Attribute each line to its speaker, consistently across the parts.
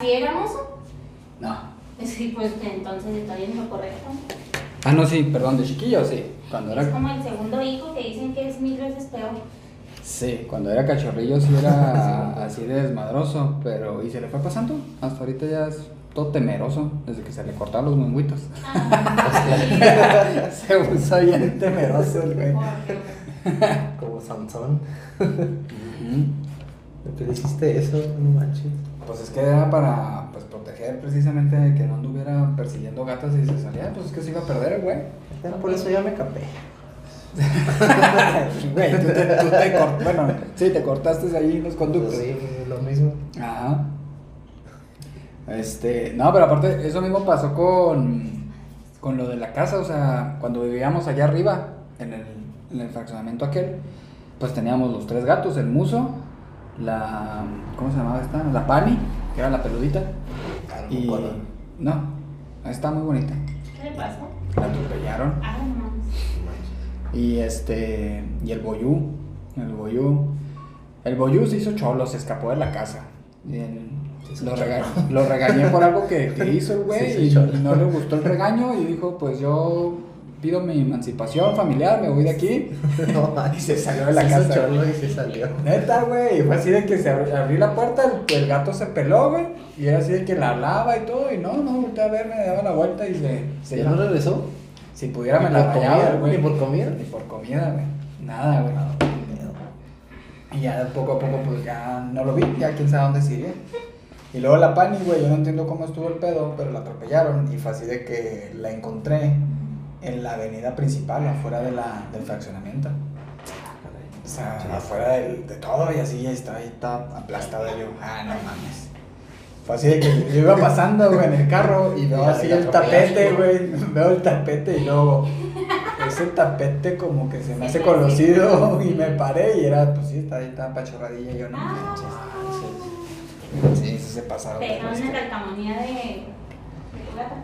Speaker 1: Si éramos,
Speaker 2: No.
Speaker 1: sí, pues entonces estoy en lo correcto.
Speaker 2: Ah, no, sí, perdón, de chiquillo, sí. Cuando
Speaker 1: Es
Speaker 2: era,
Speaker 1: como el segundo hijo que dicen que es mil veces peor.
Speaker 2: sí, cuando era cachorrillo sí era así de desmadroso, pero y se le fue pasando. Hasta ahorita ya es todo temeroso, desde que se le cortaron los mungüitos.
Speaker 1: Ah,
Speaker 2: se puso bien temeroso el güey.
Speaker 1: porque-
Speaker 3: Como Samson.
Speaker 2: Ujú.
Speaker 3: Pero hiciste eso, no manches.
Speaker 2: Pues es que era para pues, proteger precisamente de que no anduviera persiguiendo gatos y se salía, pues es que se iba a perder el güey.
Speaker 3: Ya por eso ya me capé.
Speaker 2: Güey, tú te, tú te cort- bueno, sí, te cortaste ahí los conductos.
Speaker 3: Pues Sí, lo mismo.
Speaker 2: Ajá. Este, no, pero aparte, eso mismo pasó con, con lo de la casa, o sea, cuando vivíamos allá arriba, en el, en el fraccionamiento aquel, pues teníamos los tres gatos, el muso, la, ¿cómo se llamaba esta? La Pani, que era la peludita,
Speaker 3: Claro,
Speaker 2: y, no, está muy bonita,
Speaker 1: ¿Qué le pasó?
Speaker 2: la atropellaron.
Speaker 1: Ah, no.
Speaker 2: Y este. Y el Boyú. El Boyú. El Boyú se hizo cholo, se escapó de la casa. Y el- lo, rega- lo regañé por algo que, que hizo el güey
Speaker 3: Se
Speaker 2: y,
Speaker 3: hizo cholo.
Speaker 2: no le gustó el regaño y dijo: Pues yo pido mi emancipación familiar, me voy de aquí.
Speaker 3: No manches.
Speaker 2: Y se salió de la
Speaker 3: hizo
Speaker 2: casa.
Speaker 3: cholo y se salió.
Speaker 2: Neta, güey. y Fue así de que se abri- abrí la puerta, el, el gato se peló, güey. Y era así de que la lava y todo. Y no, no, volteé a verme, daba la vuelta y se. se
Speaker 3: ¿Ya no regresó?
Speaker 2: si pudiera me
Speaker 3: ¿Ni
Speaker 2: la
Speaker 3: por
Speaker 2: rayaba,
Speaker 3: comida?
Speaker 2: güey.
Speaker 3: ¿Ni por comida? Ah,
Speaker 2: Ni por comida, güey. Nada, güey. Y ya poco a poco, pues ya no lo vi, ya quién sabe dónde sigue. Y luego la Pani, güey, yo no entiendo cómo estuvo el pedo, pero la atropellaron y fue así de que la encontré en la avenida principal, afuera de la, del fraccionamiento. O sea, afuera del- de todo y así, y está ahí, está aplastada. Y yo, ah, no mames. Fue así de que yo iba pasando, güey, en el carro y veo
Speaker 3: Ya,
Speaker 2: así
Speaker 3: ya
Speaker 2: el tapete,
Speaker 3: atropellaste.
Speaker 2: güey. Veo el tapete y luego ese tapete como que se me hace conocido y me paré y era, pues sí, está ahí, está pachorradilla y yo no
Speaker 1: Ah,
Speaker 2: manches. Sí, sí se pasaron. de
Speaker 1: Pegó una
Speaker 2: rosca.
Speaker 1: calcamonía de. de plata.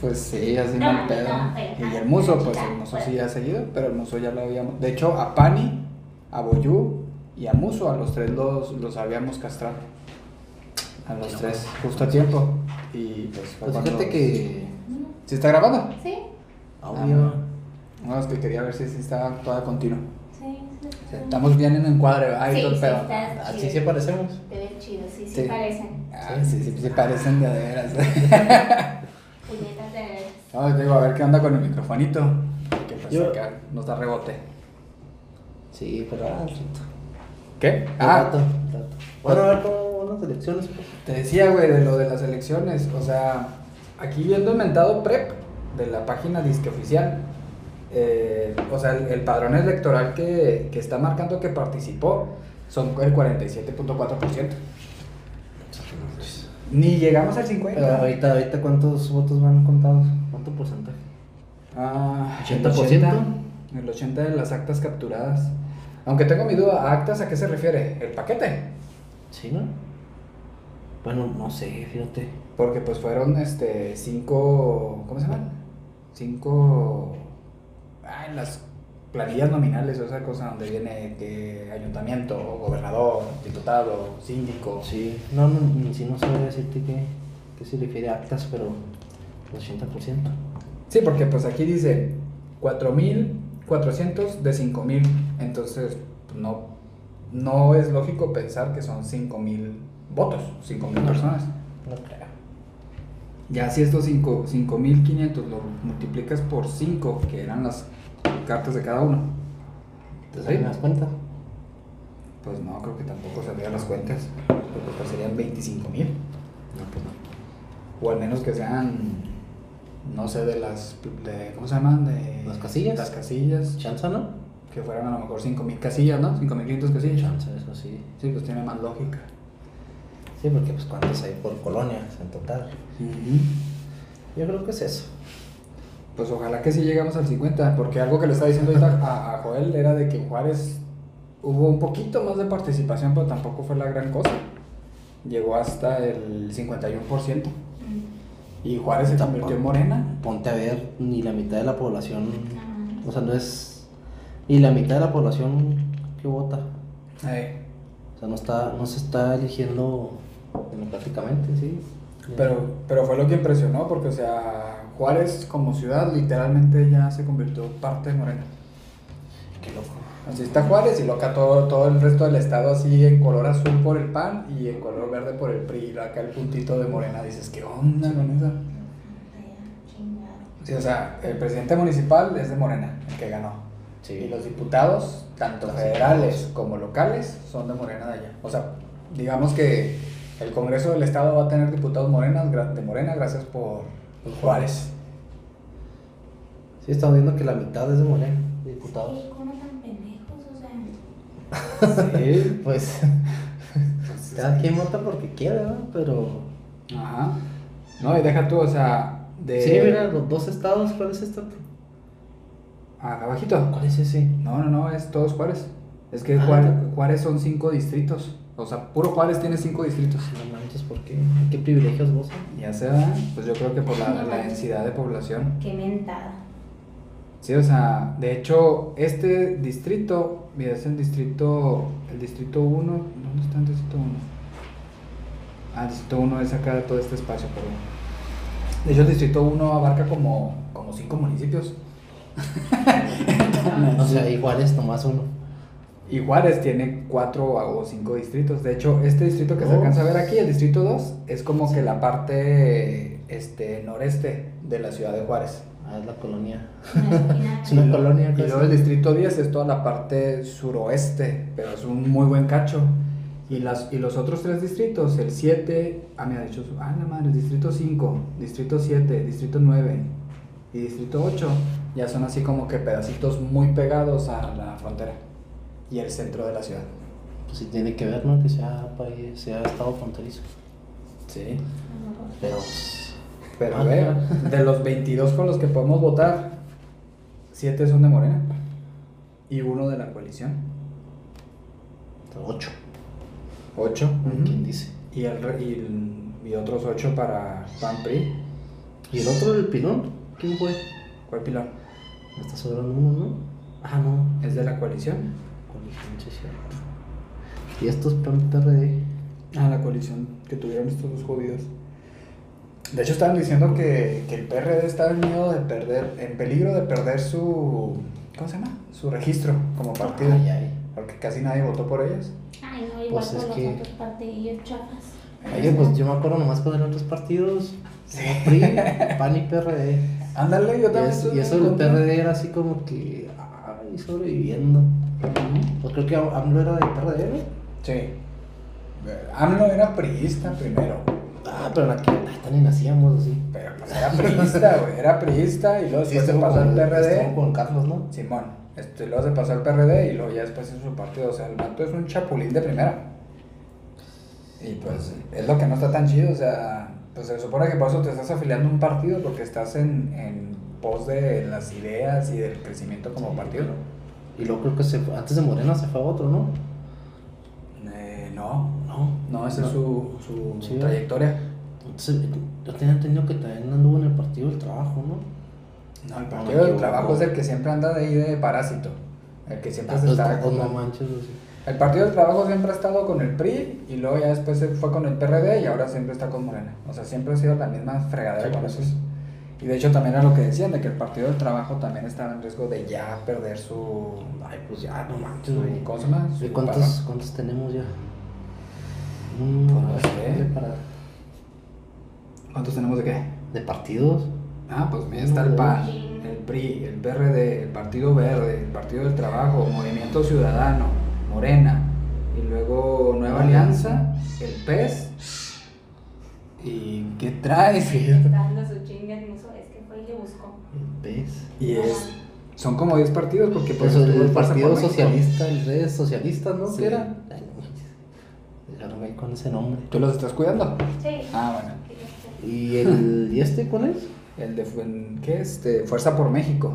Speaker 2: Pues sí, así
Speaker 1: No,
Speaker 2: mal pedo.
Speaker 1: no, pero-
Speaker 2: y el muso,
Speaker 1: ah,
Speaker 2: pues
Speaker 1: ya,
Speaker 2: el muso
Speaker 1: pues.
Speaker 2: sí ha seguido, pero el muso ya lo habíamos. De hecho, a Pani, a Boyú y a Muso, a los tres los, los habíamos castrado. A los tres, justo a tiempo. Y pues, fue
Speaker 3: Pues
Speaker 2: cuando-
Speaker 3: fíjate que. Mm.
Speaker 2: ¿Sí está grabando?
Speaker 1: Sí,
Speaker 3: Ah, Obvio.
Speaker 2: No, es que quería ver si sí está toda continua.
Speaker 1: sí, sí.
Speaker 2: O sea, Estamos bien en el encuadre, ahí
Speaker 1: Sí,
Speaker 2: todo
Speaker 1: Ah,
Speaker 2: el
Speaker 1: sí,
Speaker 2: pedo.
Speaker 1: está.
Speaker 3: Así sí parecemos.
Speaker 1: Te ves chido, sí, sí,
Speaker 2: Sí.
Speaker 1: parecen.
Speaker 2: Ah, sí, sí, sí, parecen de veras.
Speaker 1: Puñetas de.
Speaker 2: No, te digo, a ver qué onda con el microfonito. Que pues
Speaker 3: Yo-
Speaker 2: acá nos da rebote.
Speaker 3: Sí, pero ah, al rato.
Speaker 2: ¿Qué?
Speaker 3: Al
Speaker 2: Ah,
Speaker 3: rato, al rato. Bueno, a ver cómo van las elecciones, pues.
Speaker 2: Te decía, güey, de lo de las elecciones. O sea, aquí viendo el mentado PREP de la página disque oficial, eh, o sea, el, el padrón electoral que, que está marcando que participó son el 47.4%. Ni llegamos al 50%.
Speaker 3: Pero ahorita, ahorita, ¿cuántos votos van contados? ¿Cuánto porcentaje?
Speaker 2: Ah, el
Speaker 3: 80%.
Speaker 2: 80, El 80 de las actas capturadas. Aunque tengo mi duda, ¿actas a qué se refiere? ¿El paquete?
Speaker 3: ¿Sí, no? Bueno, no sé, fíjate.
Speaker 2: Porque pues fueron este cinco. ¿Cómo se llaman? Cinco. Ah, en las planillas nominales, o esa cosa donde viene que ayuntamiento, gobernador, diputado, síndico.
Speaker 3: Sí, no, no, ni si no sabría decirte qué, qué se refiere a actas, pero 80%.
Speaker 2: Sí, porque pues aquí dice 4.400 de 5.000. Entonces, no, no es lógico pensar que son 5.000 votos, 5.000 personas.
Speaker 3: No creo.
Speaker 2: Ya si estos cinco- 5.500 lo multiplicas por 5, que eran las cartas de cada uno.
Speaker 3: ¿Te salen
Speaker 2: ¿Sí?
Speaker 3: las cuentas?
Speaker 2: Pues no, creo que tampoco saldrían las cuentas. Porque pues serían 25 mil.
Speaker 3: No, pues no.
Speaker 2: O al menos que sean, no sé, de las. De, ¿Cómo se llaman? De,
Speaker 3: Las casillas.
Speaker 2: Las casillas.
Speaker 3: ¿Chanza, no?
Speaker 2: Que fueran a lo mejor 5 mil casillas, ¿no? 5 mil 500 casillas.
Speaker 3: Chanza, eso sí.
Speaker 2: Sí, pues tiene más lógica.
Speaker 3: Sí, porque pues cuántos hay por colonias en total. Yo creo que es eso.
Speaker 2: Pues ojalá que sí llegamos al 50. Porque algo que le estaba diciendo ahorita a, a Joel era de que en Juárez hubo un poquito más de participación, pero tampoco fue la gran cosa. Llegó hasta el 51%.
Speaker 1: Mm.
Speaker 2: Y Juárez se
Speaker 3: Tampoco.
Speaker 2: convirtió en Morena.
Speaker 3: Ponte a ver, ni la mitad de la población,
Speaker 1: Ah,
Speaker 3: o sea, no es ni la mitad de la población que vota.
Speaker 2: Eh,
Speaker 3: O sea, no, está, no se está eligiendo democráticamente, sí.
Speaker 2: Pero, pero fue lo que impresionó, porque, o sea, Juárez como ciudad literalmente ya se convirtió parte de Morena.
Speaker 3: Qué loco.
Speaker 2: Así está Juárez y loca todo, todo el resto del estado así en color azul por el PAN y en color verde por el PRI. Y acá el puntito de Morena dices, ¿qué onda con eso? Sí, o sea, el presidente municipal es de Morena, el que ganó.
Speaker 3: Sí.
Speaker 2: Y los diputados, tanto
Speaker 3: Los
Speaker 2: federales
Speaker 3: diputados.
Speaker 2: como locales, son de Morena de allá. O sea, digamos que el Congreso del Estado va a tener diputados morenas, gra- de Morena gracias por Juárez.
Speaker 3: Sí, estamos viendo que la mitad es de Morena, diputados.
Speaker 1: Sí, ¿cómo tan pendejos? O sea,
Speaker 3: Sí, pues. Cada quien vota porque quiere, ¿verdad? Pero.
Speaker 2: Ajá. No, y deja tú, o sea, de...
Speaker 3: Sí, mira, los dos estados, ¿cuál es este esta?
Speaker 2: Acá abajito.
Speaker 3: ¿Cuál es ese?
Speaker 2: No, no, no, es todos Juárez. Es que
Speaker 3: Ah,
Speaker 2: Juárez, Juárez son cinco distritos. O sea, puro Juárez tiene cinco distritos.
Speaker 3: No manches, ¿por qué? ¿Qué privilegios vos?
Speaker 2: Ya se da, pues yo creo que por la, la densidad de población.
Speaker 1: qué mentada.
Speaker 2: Sí, o sea, de hecho, este distrito, mira, es el distrito, el distrito 1, ¿dónde está el distrito 1? Ah, el distrito 1 es acá todo este espacio, perdón. De hecho, el distrito 1 abarca como, como cinco municipios.
Speaker 3: O sea, igual es nomás uno.
Speaker 2: Y Juárez tiene cuatro o cinco distritos. De hecho, este distrito que se
Speaker 3: Dos.
Speaker 2: alcanza a ver aquí, el distrito 2, es como que la parte este, noreste de la ciudad de Juárez.
Speaker 3: Ah, es la colonia.
Speaker 1: Una esquina.
Speaker 3: Es una
Speaker 2: Y lo-
Speaker 3: colonia,
Speaker 2: Y
Speaker 3: casi.
Speaker 2: luego el distrito 10 es toda la parte suroeste, pero es un muy buen cacho. Y, las, y los otros tres distritos, el 7, ah, me ha dicho, su- ah, la madre, distrito 5, distrito 7, distrito 9 y distrito 8, ya son así como que pedacitos muy pegados a la frontera y el centro de la ciudad.
Speaker 3: Pues sí tiene que ver, ¿no? Que sea país, sea estado fronterizo.
Speaker 2: Sí.
Speaker 3: Pero.
Speaker 2: Pero
Speaker 3: Ah,
Speaker 2: a ver, de los 22 con los que podemos votar, 7 son de Morena y uno de la coalición.
Speaker 3: Ocho.
Speaker 2: 8.
Speaker 3: ¿Quién dice?
Speaker 2: Y, el, re- y, el- y otros 8 para Pan PRI.
Speaker 3: ¿Y el otro, el pilón? ¿Quién fue?
Speaker 2: ¿Cuál pilar?
Speaker 3: Me está sobrando uno, ¿no? Ah, no.
Speaker 2: ¿Es de la coalición?
Speaker 3: Coalición social. Y estos PAN PRD.
Speaker 2: Ah, la coalición que tuvieron estos dos jodidos. De hecho, estaban diciendo que, que el PRD está en miedo de perder, en peligro de perder su. ¿Cómo se llama? Su registro como partido.
Speaker 3: Ay, ay.
Speaker 2: Porque casi nadie votó por ellos.
Speaker 1: Ay, no, igual
Speaker 3: Pues
Speaker 1: con
Speaker 3: es
Speaker 1: los
Speaker 3: que-
Speaker 1: otros partidos chafas.
Speaker 3: Oye, pues yo me acuerdo nomás con los otros partidos. Era PRI, PAN y PRD.
Speaker 2: Ándale, yo
Speaker 3: Y,
Speaker 2: también.
Speaker 3: es-
Speaker 2: estoy
Speaker 3: y
Speaker 2: en
Speaker 3: eso del
Speaker 2: contra.
Speaker 3: PRD era así como que. Ay, sobreviviendo. Pues creo que Am- AMLO era de PRD, ¿no?
Speaker 2: Sí. Eh, AMLO era priista primero.
Speaker 3: Ah, pero en aquella tan ni nacíamos así.
Speaker 2: Pero pues era priista, güey. Era priista y luego después se este pasó al PRD.
Speaker 3: Estuvo con Carlos, ¿no?
Speaker 2: Simón, este, luego se pasó al PRD y luego ya después hizo su partido. O sea, el vato es un chapulín de primera. Y pues es lo que no está tan chido. O sea, pues se supone que por eso te estás afiliando a un partido porque estás en, en pos de las ideas y del crecimiento como partido.
Speaker 3: Y luego creo que se fue- antes de Morena se fue a otro, ¿no?
Speaker 2: Eh, no,
Speaker 3: No.
Speaker 2: no, esa es su, su
Speaker 3: Sí.
Speaker 2: trayectoria.
Speaker 3: Entonces, yo tenía entendido que también anduvo en el Partido del Trabajo, ¿no?
Speaker 2: No, el
Speaker 3: me
Speaker 2: partido del
Speaker 3: equivoco.
Speaker 2: trabajo es el que siempre anda de ahí de parásito. El que siempre
Speaker 3: Ah,
Speaker 2: se
Speaker 3: pues,
Speaker 2: está.
Speaker 3: todos no manches, así.
Speaker 2: El Partido del Trabajo siempre ha estado con el PRI y luego ya después se fue con el PRD y ahora siempre está con Morena. O sea, siempre ha sido la misma fregadera
Speaker 3: Sí, pues,
Speaker 2: con
Speaker 3: sí.
Speaker 2: esos. Y de hecho también era lo que decían, de que el Partido del Trabajo también estaba en riesgo de ya perder su...
Speaker 3: Ay, pues ya, no manches,
Speaker 2: su
Speaker 3: güey.
Speaker 2: ¿Cómo se llama? Su
Speaker 3: ¿Y cuántos,
Speaker 2: padrón.
Speaker 3: cuántos tenemos ya? Mm,
Speaker 2: Pues, ¿eh?
Speaker 3: dale para-
Speaker 2: ¿Cuántos tenemos de qué?
Speaker 3: ¿De partidos?
Speaker 2: Ah, pues mira, está el PAN, el PRI, el PRD, el Partido Verde, el Partido del Trabajo, Movimiento Ciudadano, Morena, y luego Nueva Alianza, el PES. ¿Y qué traes?
Speaker 1: Dando su chinga, no eso, es que fue y le buscó.
Speaker 3: ¿Ves?
Speaker 2: Y es, son como 10 partidos porque
Speaker 3: Pues
Speaker 2: eso
Speaker 3: el,
Speaker 2: estuvo Fuerza
Speaker 3: Partido
Speaker 2: por México.
Speaker 3: Socialista, el Redes Socialistas, ¿no?
Speaker 2: Sí.
Speaker 3: ¿Qué era? Ay, no manches. Dejaron ahí con ese nombre.
Speaker 2: ¿Tú los estás cuidando?
Speaker 1: Sí.
Speaker 2: Ah, bueno.
Speaker 1: Que ya está.
Speaker 3: ¿Y el ¿y este cuál es?
Speaker 2: El de, fu- en- ¿qué es? De Fuerza por México.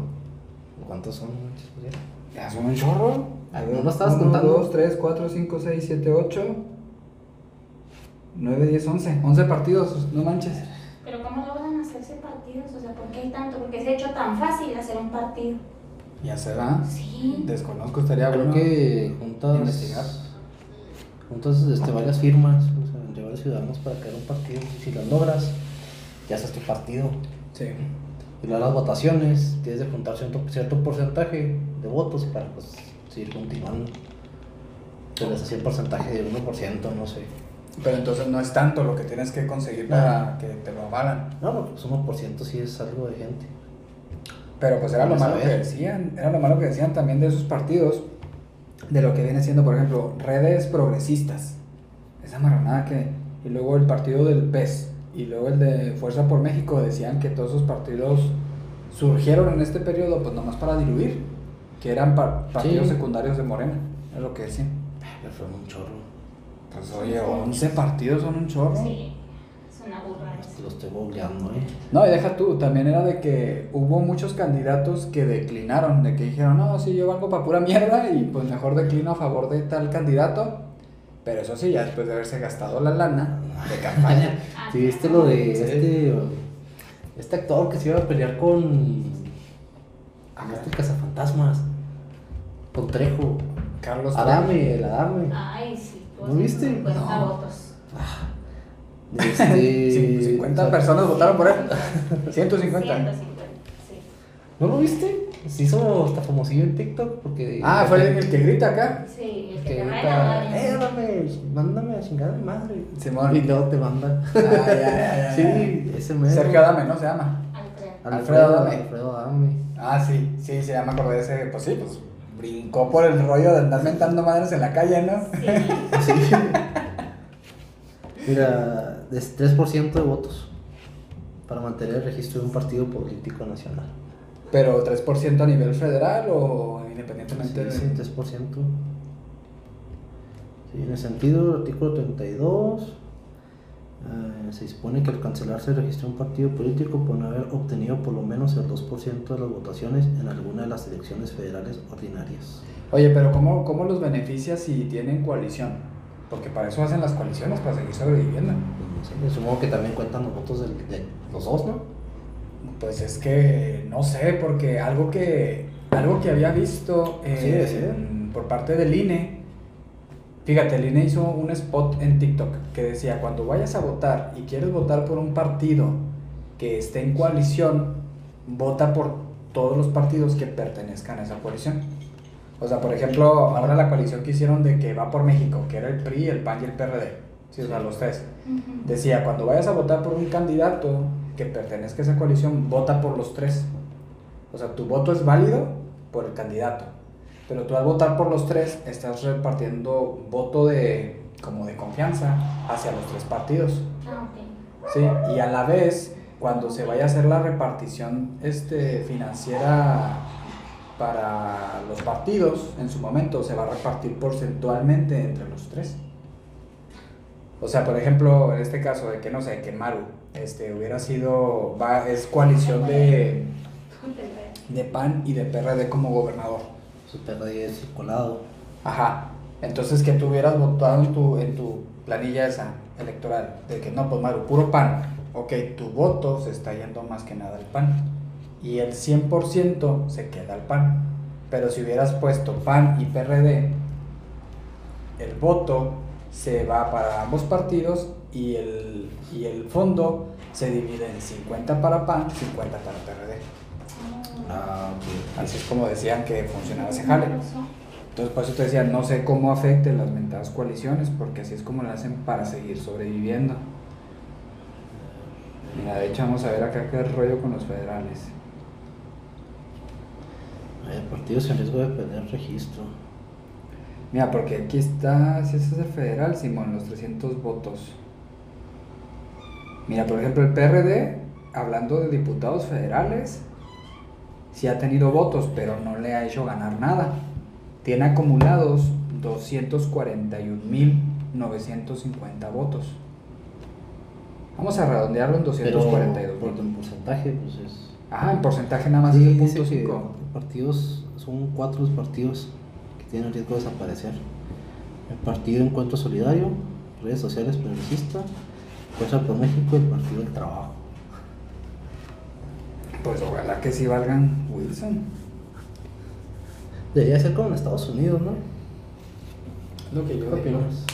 Speaker 3: ¿Cuántos son? no manches, pues, ya?
Speaker 2: Ya son un chorro.
Speaker 3: Ah, ¿no lo estabas contando?
Speaker 2: 2, 3, 4, 5, 6, 7, 8, 9, 10, 11. 11 partidos, no manches.
Speaker 1: Pero ¿cómo logran hacerse partidos? O sea, ¿por qué hay tanto? Porque es de hecho tan fácil hacer un partido.
Speaker 2: Ya se va.
Speaker 1: Sí.
Speaker 2: Desconozco, estaría
Speaker 3: Creo
Speaker 2: Ah, bueno.
Speaker 3: que juntas.
Speaker 2: investigar.
Speaker 3: Juntas este, varias firmas. O sea, entre de ciudadanos para crear un partido. Si lo logras, ya haces tu partido.
Speaker 2: Sí.
Speaker 3: Y luego pues, las votaciones, tienes de juntar cierto, cierto porcentaje de votos para pues, seguir continuando. Pero es así el porcentaje de 1%, no sé.
Speaker 2: Pero entonces no es tanto lo que tienes que conseguir para que te lo avalan.
Speaker 3: No, no, pues 1% sí es algo de gente.
Speaker 2: Pero pues era lo
Speaker 3: Vamos a
Speaker 2: malo que
Speaker 3: ver.
Speaker 2: decían, era lo malo que decían también de esos partidos, de lo que viene siendo, por ejemplo, redes progresistas. Esa marronada que. Y luego el partido del PES y luego el de Fuerza por México decían que todos esos partidos surgieron en este periodo, pues nomás para diluir, que eran par- partidos
Speaker 3: Sí.
Speaker 2: secundarios de Morena, es lo que decían.
Speaker 3: Me fue un chorro.
Speaker 2: Pues oye, 11 partidos son un chorro.
Speaker 1: Sí, es una burra eso.
Speaker 3: Lo estoy googleando, eh.
Speaker 2: No, y deja tú, también era de que hubo muchos candidatos que declinaron, de que dijeron, no, sí, yo valgo para pura mierda y pues mejor declino a favor de tal candidato. Pero eso sí, ya después de haberse gastado la lana de campaña.
Speaker 1: Ah,
Speaker 3: Sí, viste lo de
Speaker 2: Sí.
Speaker 3: este, este actor que se iba a pelear con. Con este cazafantasmas. Con Trejo.
Speaker 2: Carlos
Speaker 3: Adame, el Adame.
Speaker 2: Ah.
Speaker 1: Ay, sí. pues,
Speaker 3: ¿No viste?
Speaker 1: 50
Speaker 2: No.
Speaker 1: votos.
Speaker 3: Este,
Speaker 2: Cin- 50
Speaker 3: o sea,
Speaker 2: personas votaron por él. 150.
Speaker 1: 150, sí.
Speaker 3: ¿No lo viste? Se hizo hasta famosillo en TikTok porque.
Speaker 2: Ah, fue el, el que grita acá.
Speaker 1: Sí, el que,
Speaker 3: Que
Speaker 1: te va
Speaker 3: grita,
Speaker 1: a
Speaker 3: eh,
Speaker 1: enamorar.
Speaker 3: dame, mándame a chingar a mi madre.
Speaker 2: Simón.
Speaker 3: Y luego te manda.
Speaker 2: Ah, ya, ya, ya,
Speaker 3: sí,
Speaker 2: ya.
Speaker 3: ese mero.
Speaker 2: Sergio Adame, ¿no? Se llama.
Speaker 1: Alfredo.
Speaker 3: Alfredo
Speaker 2: Alfredo
Speaker 3: Adame.
Speaker 2: Adame.
Speaker 3: Alfredo Adame.
Speaker 2: Ah, sí, sí, se llama, acordé de ese. Pues sí, pues brincó por el rollo de andar mentando madres en la calle, ¿no?
Speaker 1: Sí,
Speaker 3: Sí. Mira, es 3% de votos para mantener el registro de un partido político nacional.
Speaker 2: Pero 3% a nivel federal o independientemente
Speaker 3: Sí,
Speaker 2: de...
Speaker 3: sí, 3%. Sí, en el sentido del artículo 32, eh, se dispone que al cancelarse el registro de un partido político por no haber obtenido por lo menos el 2% de las votaciones en alguna de las elecciones federales ordinarias.
Speaker 2: Oye, pero ¿cómo, ¿cómo los beneficia si tienen coalición? Porque para eso hacen las coaliciones, para seguir sobreviviendo.
Speaker 3: No sé, pues, supongo que también cuentan los votos del- de los dos, ¿no?
Speaker 2: Pues es que, no sé, porque algo que, algo que había visto eh,
Speaker 3: Sí, debe ser.
Speaker 2: por parte del INE, fíjate, el INE hizo un spot en TikTok que decía, cuando vayas a votar y quieres votar por un partido que esté en coalición, vota por todos los partidos que pertenezcan a esa coalición. O sea, por ejemplo, ahora la coalición que hicieron de que va por México, que era el PRI, el PAN y el PRD, sí, o sea, los tres.
Speaker 1: Ujú.
Speaker 2: Decía, cuando vayas a votar por un candidato que pertenezca a esa coalición, vota por los tres. O sea, tu voto es válido por el candidato. Pero tú al votar por los tres estás repartiendo voto de como de confianza hacia los tres partidos.
Speaker 1: Ah, ok.
Speaker 2: Sí, y a la vez, cuando se vaya a hacer la repartición este, financiera para los partidos, en su momento se va a repartir porcentualmente entre los tres. O sea, por ejemplo, en este caso de que no sé, que Maru este, hubiera sido, va, es coalición de, de PAN y de PRD como gobernador.
Speaker 3: Su PRD es colado.
Speaker 2: Ajá. Entonces que tú hubieras votado en tu, en tu planilla esa electoral, de que no, pues Maru, puro pan. Ok, tu voto se está yendo más que nada al pan. Y el 100% se queda al pan. Pero si hubieras puesto PAN y PRD, el voto se va para ambos partidos y el, y el fondo se divide en 50 para PAN, 50 para PRD.
Speaker 1: 아,
Speaker 3: Ah,
Speaker 2: Así es como decían que funcionaba ese jale.
Speaker 1: Ujú.
Speaker 2: Entonces, por eso te decía, no sé cómo afecten las mentadas coaliciones, porque así es como lo hacen para seguir sobreviviendo. Mira, de hecho, vamos a ver acá qué rollo con los federales.
Speaker 3: Eh, partidos en riesgo de perder registro.
Speaker 2: Mira, porque aquí está, si ese es el federal, Simón, los 300 votos. Mira, por ejemplo, el PRD, hablando de diputados federales, sí ha tenido votos, pero no le ha hecho ganar nada. Tiene acumulados 241.950 votos. Vamos a redondearlo en
Speaker 3: Pero
Speaker 2: 242.
Speaker 3: por un porcentaje, pues es.
Speaker 2: Ajá, Ah, en porcentaje nada más
Speaker 3: Sí,
Speaker 2: es de
Speaker 3: dice que
Speaker 2: 0.5.
Speaker 3: Partidos, son cuatro los partidos que tienen riesgo de desaparecer: el Partido Encuentro Solidario, Redes Sociales Progresista, Fuerza por México y el Partido del Trabajo.
Speaker 2: Pues ojalá que sí valgan Wilson.
Speaker 3: Debería ser como en Estados Unidos, ¿no?
Speaker 2: Lo que yo
Speaker 3: ¿Qué opinas?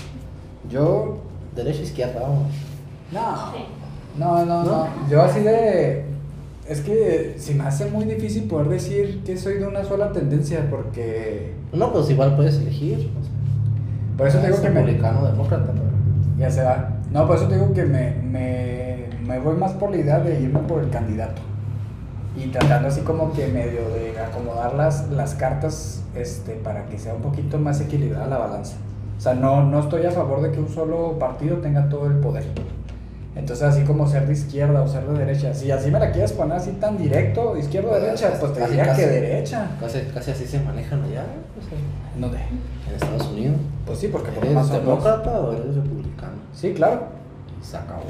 Speaker 2: Yo
Speaker 3: Derecha, izquierda, vamos.
Speaker 2: No.
Speaker 1: Sí.
Speaker 2: No, no, no.
Speaker 3: ¿No?
Speaker 2: Yo así de... Es que se me hace muy difícil poder decir que soy de una sola tendencia porque...
Speaker 3: No, pues igual puedes elegir. o sea,
Speaker 2: Por eso te digo
Speaker 3: es
Speaker 2: que me...
Speaker 3: republicano, demócrata, pero.
Speaker 2: Ya se va. No, por eso te digo que me, me, me voy más por la idea de irme por el candidato. Y tratando así como que medio de acomodar las, las cartas este, para que sea un poquito más equilibrada la balanza. O sea, no, no estoy a favor de que un solo partido tenga todo el poder. Entonces, así como ser de izquierda o ser de derecha, si así me la quieres poner así tan directo, izquierda o
Speaker 3: Pues,
Speaker 2: derecha,
Speaker 3: casi-
Speaker 2: pues te
Speaker 3: casi,
Speaker 2: diría que
Speaker 3: casi.
Speaker 2: derecha.
Speaker 3: Casi, casi así se manejan allá, o sea,
Speaker 2: ¿En dónde?
Speaker 3: en Estados Unidos.
Speaker 2: Pues sí, porque por lo
Speaker 3: ¿Eres
Speaker 2: más o menos-
Speaker 3: demócrata o eres republicano?
Speaker 2: Sí, claro.
Speaker 3: Y se acabó.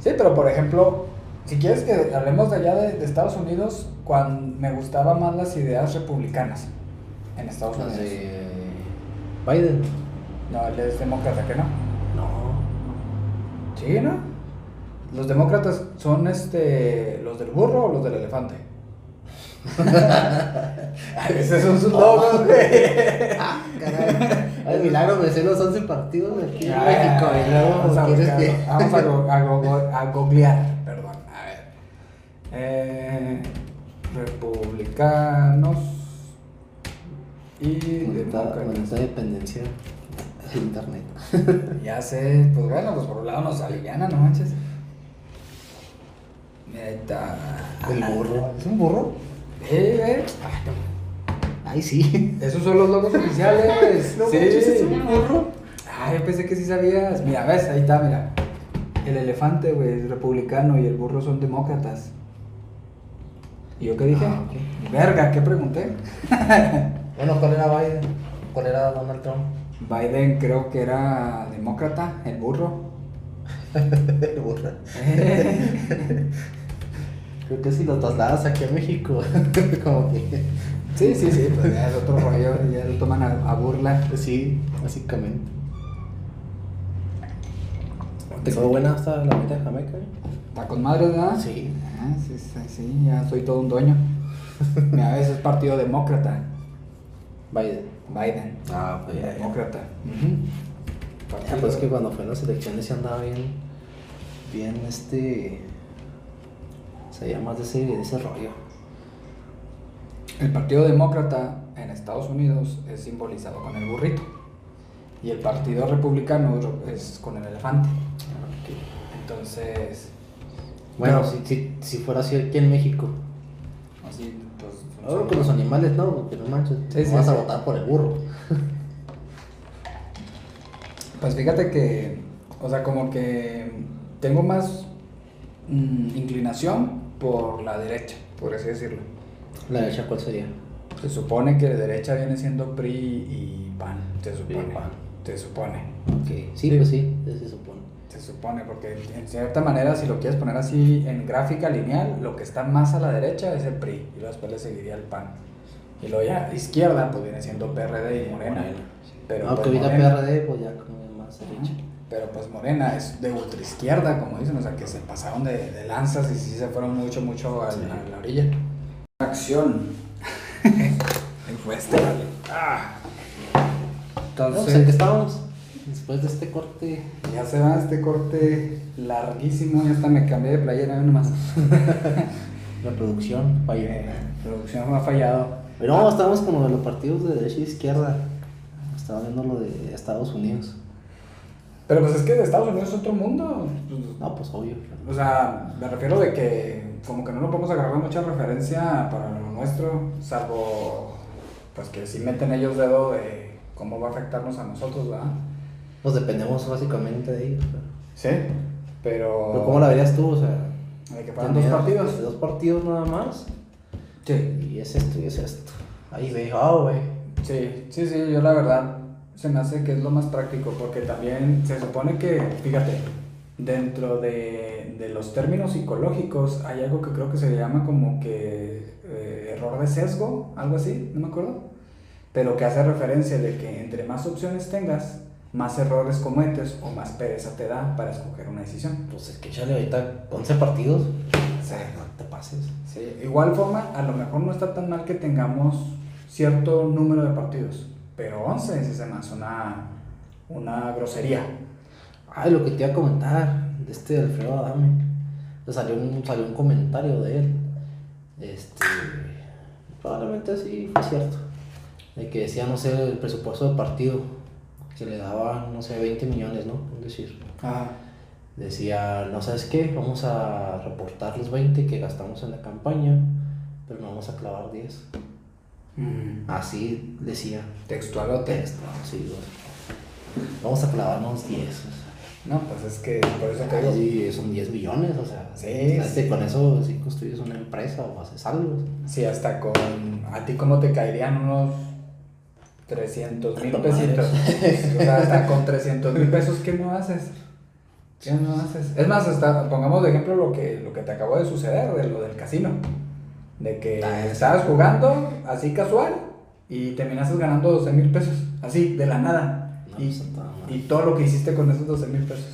Speaker 2: Sí, pero por ejemplo, si quieres que hablemos de allá de, de Estados Unidos, cuando me gustaban más las ideas republicanas en Estados Unidos.
Speaker 3: Las de Biden.
Speaker 2: No, él es demócrata, ¿qué no?
Speaker 3: No.
Speaker 2: Sí, ¿no? Los demócratas son este los del burro o los del elefante. Esos son sus logos,
Speaker 3: Oh,
Speaker 2: güey.
Speaker 3: Ah, Caray. Ay, milagro, me sé los 11 partidos de aquí en
Speaker 2: Ah,
Speaker 3: México. Y
Speaker 2: vamos a
Speaker 3: luego quieres
Speaker 2: buscarlo.
Speaker 3: que.
Speaker 2: Vamos a, go- a go- a googlear, perdón. A ver. Eh, republicanos y
Speaker 3: Moneta-
Speaker 2: demócratas.
Speaker 3: moneta de dependencia de internet.
Speaker 2: Ya sé, pues bueno, pues por un lado nos aliviana, no manches. Neta.
Speaker 3: El burro. Ah, ¿Es un burro?
Speaker 2: Eh, eh.
Speaker 3: Ay, sí.
Speaker 2: Esos son los logos oficiales.
Speaker 3: No
Speaker 2: sí.
Speaker 3: manches, es un
Speaker 1: burro.
Speaker 2: Ah, yo pensé que sí sabías. Mira, ves, ahí está, mira. El elefante, güey, es republicano y el burro son demócratas. ¿Y yo qué dije?
Speaker 3: Ah, ok.
Speaker 2: Verga, ¿qué pregunté?
Speaker 3: Bueno, ¿cuál era Biden? ¿Cuál era Donald Trump?
Speaker 2: Biden creo que era demócrata, el burro.
Speaker 3: El burro. Creo que si lo trasladas aquí a México, como que.
Speaker 2: sí, sí, sí, pues ya es otro rollo, ya lo toman a, a burla.
Speaker 3: pues Sí, básicamente. ¿Te quedó buena hasta la mitad de Jamaica?
Speaker 2: ¿Está con madre, verdad?
Speaker 3: Sí.
Speaker 2: Ah, sí, sí, sí, ya soy todo un dueño. Mira, ves, es partido demócrata,
Speaker 3: Biden.
Speaker 2: Biden.
Speaker 3: Ah,
Speaker 2: demócrata.
Speaker 3: Ah, pues es que cuando fue en las elecciones se andaba bien, bien este, se llama de ese, de ese rollo.
Speaker 2: El Partido Demócrata en Estados Unidos es simbolizado con el burrito y el Partido Republicano es con el elefante. Entonces,
Speaker 3: Bueno,
Speaker 2: Pero-
Speaker 3: si, si, si fuera así aquí en México,
Speaker 2: así pues...
Speaker 3: ahora con los animales no, porque no manches,
Speaker 2: Sí,
Speaker 3: no
Speaker 2: sí,
Speaker 3: vas a
Speaker 2: sí.
Speaker 3: votar por el burro.
Speaker 2: Pues fíjate que, o sea, como que tengo más mm, inclinación por la derecha, por así decirlo.
Speaker 3: La derecha, ¿cuál sería?
Speaker 2: Se supone que de derecha viene siendo PRI y PAN, se supone.
Speaker 3: PAN.
Speaker 2: Se supone.
Speaker 3: Ok, sí, pues sí, eso se supone.
Speaker 2: Se supone, porque en- en cierta manera, si lo quieres poner así en gráfica lineal, lo que está más a la derecha es el PRI, y luego después le seguiría el PAN. Y luego ya, izquierda, pues viene siendo PRD y Morena. Pero,
Speaker 3: Aunque
Speaker 2: pues,
Speaker 3: ahorita
Speaker 2: Morena,
Speaker 3: PRD, pues ya como que más derecha.
Speaker 2: pero pues Morena es de ultraizquierda, como dicen, o sea que se pasaron de, de lanzas y sí se fueron mucho, mucho a, la, a la orilla. Acción. Encuesta, vale. Ah.
Speaker 3: No, pues en qué
Speaker 2: Entonces,
Speaker 3: estábamos, después de este corte,
Speaker 2: ya se va este corte larguísimo, ya hasta me cambié de playera, nomás.
Speaker 3: la producción,
Speaker 2: Eh,
Speaker 3: vaya.
Speaker 2: producción me ha fallado.
Speaker 3: Pero no, estábamos como de los partidos de derecha e izquierda. Estaba viendo lo de Estados Unidos.
Speaker 2: Pero pues es que de Estados Unidos es otro mundo.
Speaker 3: No, pues obvio.
Speaker 2: O sea, me refiero de que como que no lo podemos agarrar mucha referencia para lo nuestro, salvo pues que si meten ellos dedo de cómo va a afectarnos a nosotros, ¿verdad?
Speaker 3: Pues dependemos básicamente de ellos. Pero,
Speaker 2: Sí.
Speaker 3: Pero ¿cómo la verías tú? O sea,
Speaker 2: De que paran Oh. dos partidos.
Speaker 3: Dos partidos nada más.
Speaker 2: Sí.
Speaker 3: Y es esto y es esto. Ahí ve, ah, güey.
Speaker 2: Sí, sí, sí, yo la verdad se me hace que es lo más práctico porque también se supone que, fíjate, dentro de, de los términos psicológicos hay algo que creo que se llama como que eh, error de sesgo, algo así, no me acuerdo, pero que hace referencia de que entre más opciones tengas, más errores cometes o más pereza te da para escoger una decisión.
Speaker 3: Pues es que chale, ahorita 11 partidos.
Speaker 2: Sí.
Speaker 3: No te pases.
Speaker 2: Sí, igual forma, a lo mejor no está tan mal que tengamos cierto número de partidos, pero 11 sí se me hace una, una grosería.
Speaker 3: Ay, Ah, lo que te iba a comentar, de este Alfredo Adame. Le salió un, salió un comentario de él. Este. Probablemente así fue cierto. De que decía, no sé, el presupuesto del partido. Que le daban, no sé, 20 millones, ¿no? Es decir.
Speaker 2: Ajá.
Speaker 3: Decía, no sabes qué, vamos a reportar los 20 que gastamos en la campaña, pero no vamos a clavar 10.
Speaker 2: Mm.
Speaker 3: Así decía.
Speaker 2: Textual o texto.
Speaker 3: Sí, güey. Vamos a clavarnos 10.
Speaker 2: No, pues es que por eso te digo.
Speaker 3: Sí, son 10 millones, o sea.
Speaker 2: Sí,
Speaker 3: este, Con eso sí construyes una empresa o haces algo.
Speaker 2: Sí, hasta con. ¿A ti cómo te caerían unos 300 mil
Speaker 3: No
Speaker 2: pesitos? O sea, hasta con 300 mil pesos, ¿qué no haces? ¿Qué no haces? Es más, hasta pongamos de ejemplo lo que, lo que te acabó de suceder, de lo del casino. De que
Speaker 3: Ah, sí.
Speaker 2: estabas jugando así casual y terminaste ganando 12 mil pesos, así, de la nada.
Speaker 3: No,
Speaker 2: y,
Speaker 3: pues, está mal.
Speaker 2: y todo lo que hiciste con esos 12 mil pesos.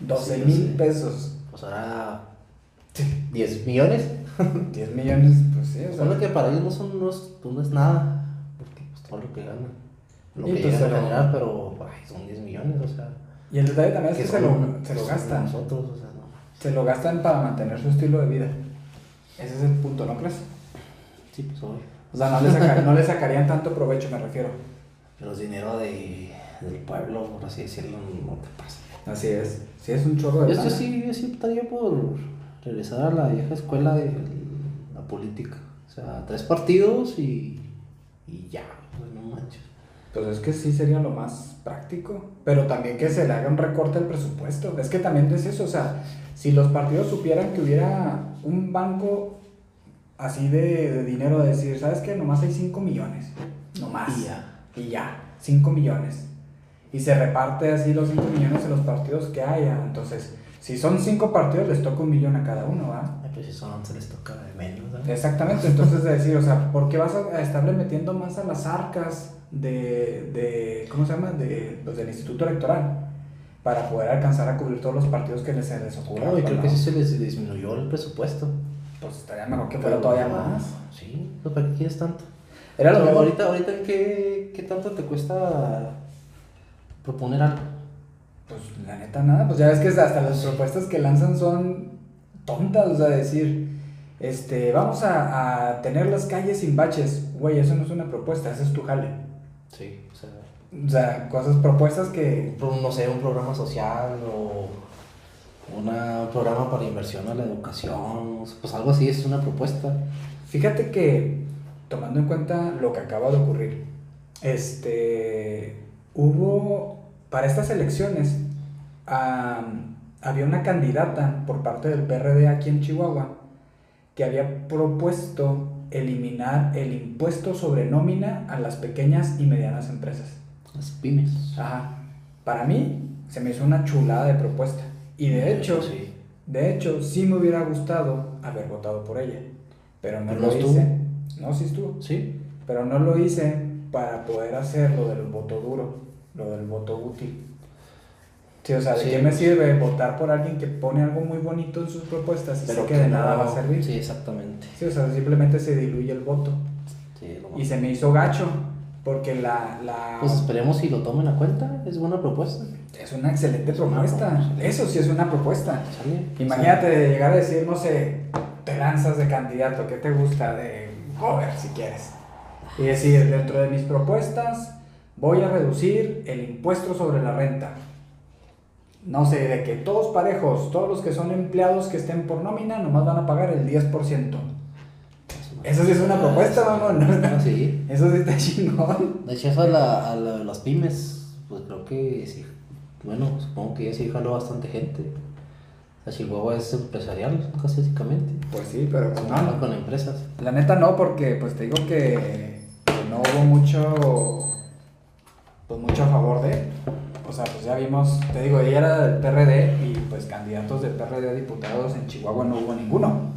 Speaker 2: 12
Speaker 3: Sí,
Speaker 2: mil
Speaker 3: sí.
Speaker 2: pesos.
Speaker 3: Pues ahora. 10 millones.
Speaker 2: 10 millones, pues sí, o sea.
Speaker 3: Solo que para ellos no son unos, pues, no es nada. Porque pues todo lo que ganan. Lo
Speaker 2: Y
Speaker 3: que
Speaker 2: pues,
Speaker 3: llegan
Speaker 2: pero-
Speaker 3: a generar, pero ay, son 10 millones, o sea.
Speaker 2: Y el detalle también es
Speaker 3: que
Speaker 2: que se lo,
Speaker 3: son-
Speaker 2: se lo
Speaker 3: son
Speaker 2: gastan.
Speaker 3: Nosotros, o sea, no.
Speaker 2: Se lo gastan para mantener su estilo de vida. Ese es el punto, ¿no crees?
Speaker 3: Sí, pues obvio.
Speaker 2: O sea, no le, saca- no le sacarían tanto provecho, me refiero.
Speaker 3: Pero es dinero de, del pueblo, por así decirlo, no te pasa.
Speaker 2: Así es. Sí, es un chorro de
Speaker 3: Yo, yo
Speaker 2: lana.
Speaker 3: sí, yo sí optaría por regresar a la vieja escuela de la política. O sea, tres partidos y, y ya, güey, no manches.
Speaker 2: Pues es que sí sería lo más práctico. Pero también que se le haga un recorte al presupuesto. Es que también es eso. O sea, si los partidos supieran que hubiera un banco así de, de dinero, de decir, ¿sabes qué? Nomás hay 5 millones. Nomás.
Speaker 3: Y ya.
Speaker 2: y ya, 5 millones. Y se reparte así los 5 millones en los partidos que haya. Entonces, si son 5 partidos, les toca un millón a cada uno, ¿va?
Speaker 3: Ay, pues si son 11 les toca de menos, ¿verdad?
Speaker 2: Exactamente, entonces de decir, o sea, ¿por qué vas a estarle metiendo más a las arcas de, de ¿cómo se llama? De, pues, del Instituto Electoral. Para poder alcanzar a cubrir todos los partidos que les, se les ocurra. pues,
Speaker 3: No, Oh, y creo
Speaker 2: ¿no?
Speaker 3: que sí se les disminuyó el presupuesto.
Speaker 2: Pues estaría mejor que fuera todavía más.
Speaker 3: Sí, pues para qué quieres tanto.
Speaker 2: Era lo
Speaker 3: Pero
Speaker 2: mismo.
Speaker 3: ahorita, ahorita ¿qué, ¿qué tanto te cuesta proponer algo?
Speaker 2: Pues la neta nada, pues ya ves que hasta las propuestas que lanzan son tontas, o sea, decir, este, vamos a, a tener las calles sin baches, güey, eso no es una propuesta, eso es tu jale.
Speaker 3: Sí, o sea,
Speaker 2: O sea, cosas, propuestas que...
Speaker 3: un pro- no sé, un programa social o una- un programa para inversión a la educación, pues algo así es una propuesta.
Speaker 2: Fíjate que, tomando en cuenta lo que acaba de ocurrir, este, hubo, para estas elecciones, am, había una candidata por parte del PRD aquí en Chihuahua que había propuesto eliminar el impuesto sobre nómina a las pequeñas y medianas empresas.
Speaker 3: Las pymes.
Speaker 2: Ajá. Para mí se me hizo una chulada de propuesta. Y de hecho,
Speaker 3: Pues, Sí.
Speaker 2: de hecho, sí me hubiera gustado haber votado por ella. Pero no
Speaker 3: Pero
Speaker 2: lo
Speaker 3: no estuvo.
Speaker 2: hice. No, sí estuvo.
Speaker 3: Sí.
Speaker 2: Pero no lo hice para poder hacer lo del voto duro, lo del voto útil. Sí, o sea, ¿de
Speaker 3: Sí.
Speaker 2: qué me sirve votar por alguien que pone algo muy bonito en sus propuestas y sé que de
Speaker 3: no-
Speaker 2: nada va a servir?
Speaker 3: Sí, exactamente.
Speaker 2: Sí, o sea, simplemente se diluye el voto.
Speaker 3: Sí, lo
Speaker 2: Y
Speaker 3: más-
Speaker 2: se me hizo gacho, porque la... la...
Speaker 3: Pues esperemos si lo tomen a cuenta, es buena propuesta.
Speaker 2: Es una excelente
Speaker 3: Es una
Speaker 2: propuesta.
Speaker 3: propuesta.
Speaker 2: Eso sí es una propuesta.
Speaker 3: Sale.
Speaker 2: Imagínate de llegar a decir, no sé, te lanzas de candidato, ¿qué te gusta? De cover, si quieres. Y decir, dentro de mis propuestas, voy a reducir el impuesto sobre la renta. No sé, de que todos parejos, todos los que son empleados que estén por nómina, nomás van a pagar el 10%. Eso sí es una propuesta, mamón.
Speaker 3: Ah, sí.
Speaker 2: Eso sí está chingón.
Speaker 3: De hecho, eso a, la- a la- las pymes, pues creo que sí. Bueno, supongo que ya sí jaló bastante gente. La Chihuahua es empresarial, casi básicamente.
Speaker 2: Pues sí, pero pues no.
Speaker 3: Trabaja con empresas.
Speaker 2: La neta no, porque pues te digo que, que no hubo mucho, pues mucho a favor de él. O sea, pues ya vimos, te digo, ella era del PRD y pues candidatos del PRD a diputados en Chihuahua no hubo ninguno.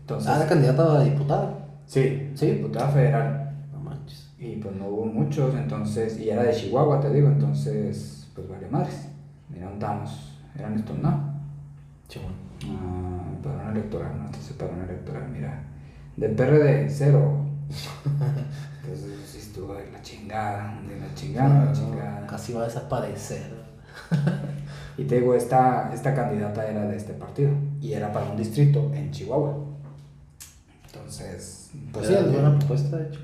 Speaker 2: Entonces,
Speaker 3: Ah, era candidata a diputada.
Speaker 2: sí, sí, diputada federal.
Speaker 3: No manches.
Speaker 2: Y pues no hubo muchos, entonces, y era de Chihuahua, te digo, entonces, pues vale madres. Mira, andamos, eran estos, ¿no?
Speaker 3: Chimón.
Speaker 2: Ah, padrón electoral, no, entonces padrón electoral, mira. Del PRD, cero. Entonces sí estuvo de la chingada, de la chingada, de la chingada.
Speaker 3: Casi va a desaparecer.
Speaker 2: Y te digo, esta, esta candidata era de este partido y era para un distrito en Chihuahua. Entonces, pues sí,
Speaker 3: Era
Speaker 2: el-
Speaker 3: buena propuesta, de hecho.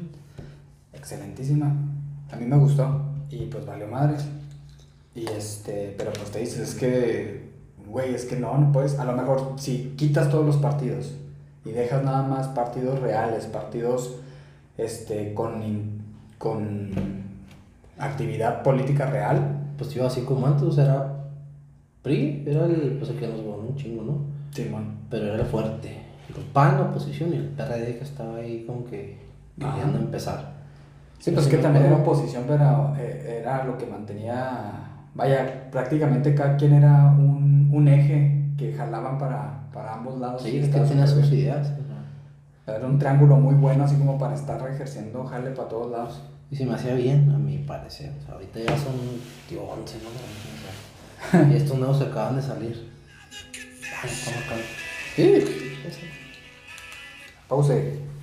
Speaker 2: excelentísima. A mí me gustó y pues valió madres. Y este, pero pues te dices, es que, güey, es que no, no puedes. A lo mejor si quitas todos los partidos y dejas nada más partidos reales, partidos este, con, in- con actividad política real.
Speaker 3: Pues yo así como antes, o sea, era PRI, era el, pues el que nos gobernó un chingo, ¿no?
Speaker 2: Simón.
Speaker 3: Pero era el fuerte. El PAN, la oposición, y el PRD que estaba ahí como que
Speaker 2: Ah.
Speaker 3: queriendo empezar.
Speaker 2: Sí,
Speaker 3: Yo
Speaker 2: pues
Speaker 3: sí
Speaker 2: que
Speaker 3: me
Speaker 2: también era
Speaker 3: acuerdo.
Speaker 2: oposición, pero eh, era lo que mantenía. Vaya, prácticamente cada quien era un, un eje que jalaban para, para ambos lados.
Speaker 3: Sí, es que
Speaker 2: Estaba
Speaker 3: tenía
Speaker 2: súper
Speaker 3: sus
Speaker 2: bien.
Speaker 3: ideas.
Speaker 2: Era un triángulo muy bueno, así como para estar ejerciendo jale para todos lados.
Speaker 3: Y se me hacía bien, a mi parecer. O sea, ahorita ya son, tío, 11, ¿no? O sea, y estos nuevos se acaban de salir. Ay, estamos acá.
Speaker 2: Pause.